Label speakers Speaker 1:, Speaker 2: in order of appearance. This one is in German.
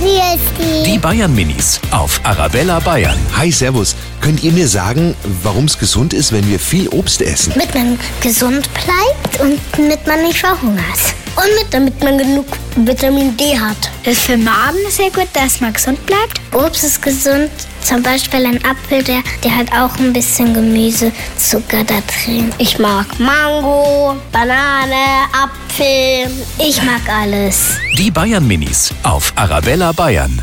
Speaker 1: Wie ist die?
Speaker 2: Die Bayern Minis auf Arabella Bayern.
Speaker 3: Hi, Servus. Könnt ihr mir sagen, warum es gesund ist, wenn wir viel Obst essen?
Speaker 1: Damit man gesund bleibt und damit man nicht verhungert. Und mit, damit man genug Vitamin D hat.
Speaker 4: Ist für Magen sehr gut, dass man gesund bleibt.
Speaker 1: Obst ist gesund, zum Beispiel ein Apfel, der, der hat auch ein bisschen Gemüsezucker da drin.
Speaker 4: Ich mag Mango, Banane, Apfel.
Speaker 1: Ich mag alles.
Speaker 2: Die Bayern Minis auf Arabella Bayern.